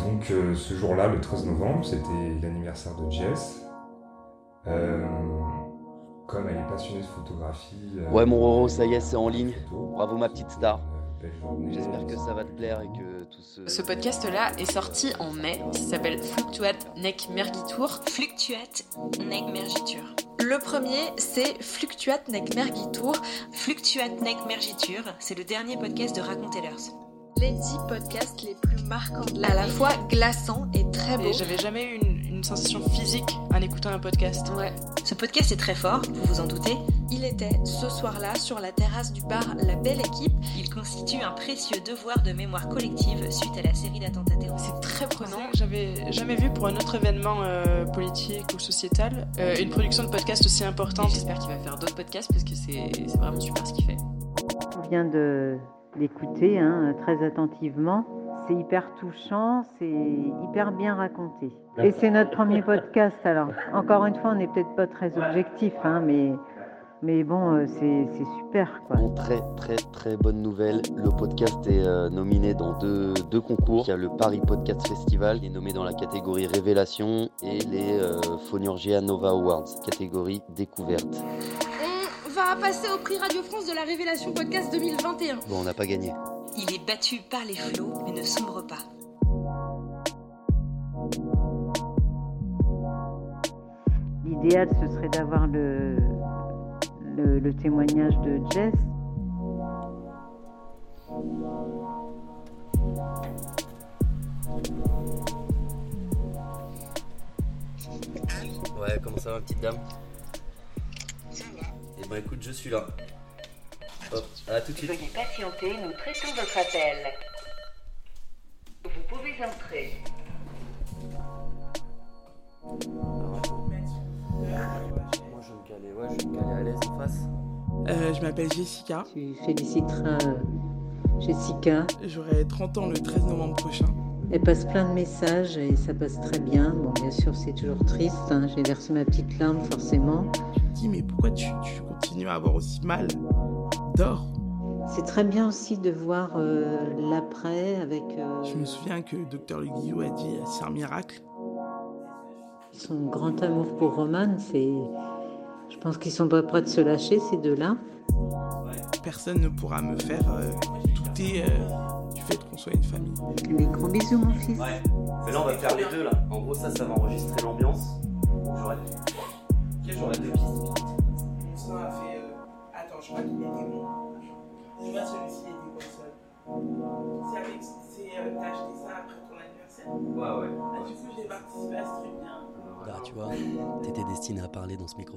donc euh, ce jour-là, le 13 novembre, c'était l'anniversaire de Jess. Euh, comme elle est passionnée de photographie. euh, Ouais, mon Roro, ça y est, elle a c'est en pris ligne. des photos. Bravo, ma petite star. Une belle journée. J'espère que ça va te plaire et que tout ce. Ce podcast-là est sorti en mai, qui s'appelle Fluctuate Nec Mergitur. Fluctuate, nec mergitur. Le premier, c'est Fluctuate Nec Mergitur, Fluctuate, nec mergitur, c'est le dernier podcast de Racontez l'heure. les 10 podcasts les plus marquants de l'année. À la fois glaçant et très beau. Et j'avais jamais eu une, une sensation physique en écoutant un podcast. Ouais. Ce podcast est très fort, vous vous en doutez. Il était ce soir-là sur la terrasse du bar La Belle Équipe. Il constitue un précieux devoir de mémoire collective suite à la série d'attentats terroristes. C'est très prenant. J'avais jamais vu pour un autre événement euh, politique ou sociétal euh, une production de podcast aussi importante. J'espère qu'il va faire d'autres podcasts parce que c'est c'est vraiment super ce qu'il fait. On vient de l'écouter hein, très attentivement. C'est hyper touchant, c'est hyper bien raconté. Et c'est notre premier podcast, alors. Encore une fois, on n'est peut-être pas très objectif, hein, mais, mais bon, euh, c'est c'est super, quoi. Bon, très très très bonne nouvelle. Le podcast est euh, nominé dans deux, deux concours. Il y a le Paris Podcast Festival, il est nommé dans la catégorie Révélation et les euh, Phonurgia Nova Awards, catégorie Découverte. On va passer au prix Radio France de la Révélation Podcast 2021. Bon, on n'a pas gagné. Il est battu par les flots mais ne sombre pas. L'idéal, ce serait d'avoir le, le, le témoignage de Jess. Ouais, comment ça va, petite dame Eh ben écoute, je suis là. Hop, à tout de suite. patienter, nous traitons votre appel. Vous pouvez entrer. Ah Moi, je me calais, ouais, je me calais à l'aise en face. je m'appelle Jessica. Ah. Tu féliciteras euh, Jessica. J'aurai 30 ans le 13 novembre prochain. Elle passe plein de messages et ça passe très bien. Bon, bien sûr, c'est toujours triste. hein. J'ai versé ma petite larme, forcément. Je me dis, mais pourquoi tu, tu continues à avoir aussi mal Dors. C'est très bien aussi de voir euh, l'après avec euh, Je me souviens que Docteur Guillot a dit, c'est un miracle. son grand amour pour Roman. C'est, je pense qu'ils sont pas prêts de se lâcher ces deux-là. Personne ne pourra me faire euh, douter euh, du fait qu'on soit une famille. Mes gros bisous, mon fils. Ouais. Mais là, on va faire les deux là. En gros, ça, ça va enregistrer l'ambiance. J'aurai. Ok, j'aurai deux pistes. Ça a fait. euh, Attends, je crois qu'il était bon. Je vois celui-ci était bon seul. C'est avec. C'est. euh, T'as acheté ça après ton anniversaire Ah, Ouais, ouais. Du coup, j'ai participé à ce truc bien. ouais. Bah, tu vois, t'étais destiné à parler dans ce micro.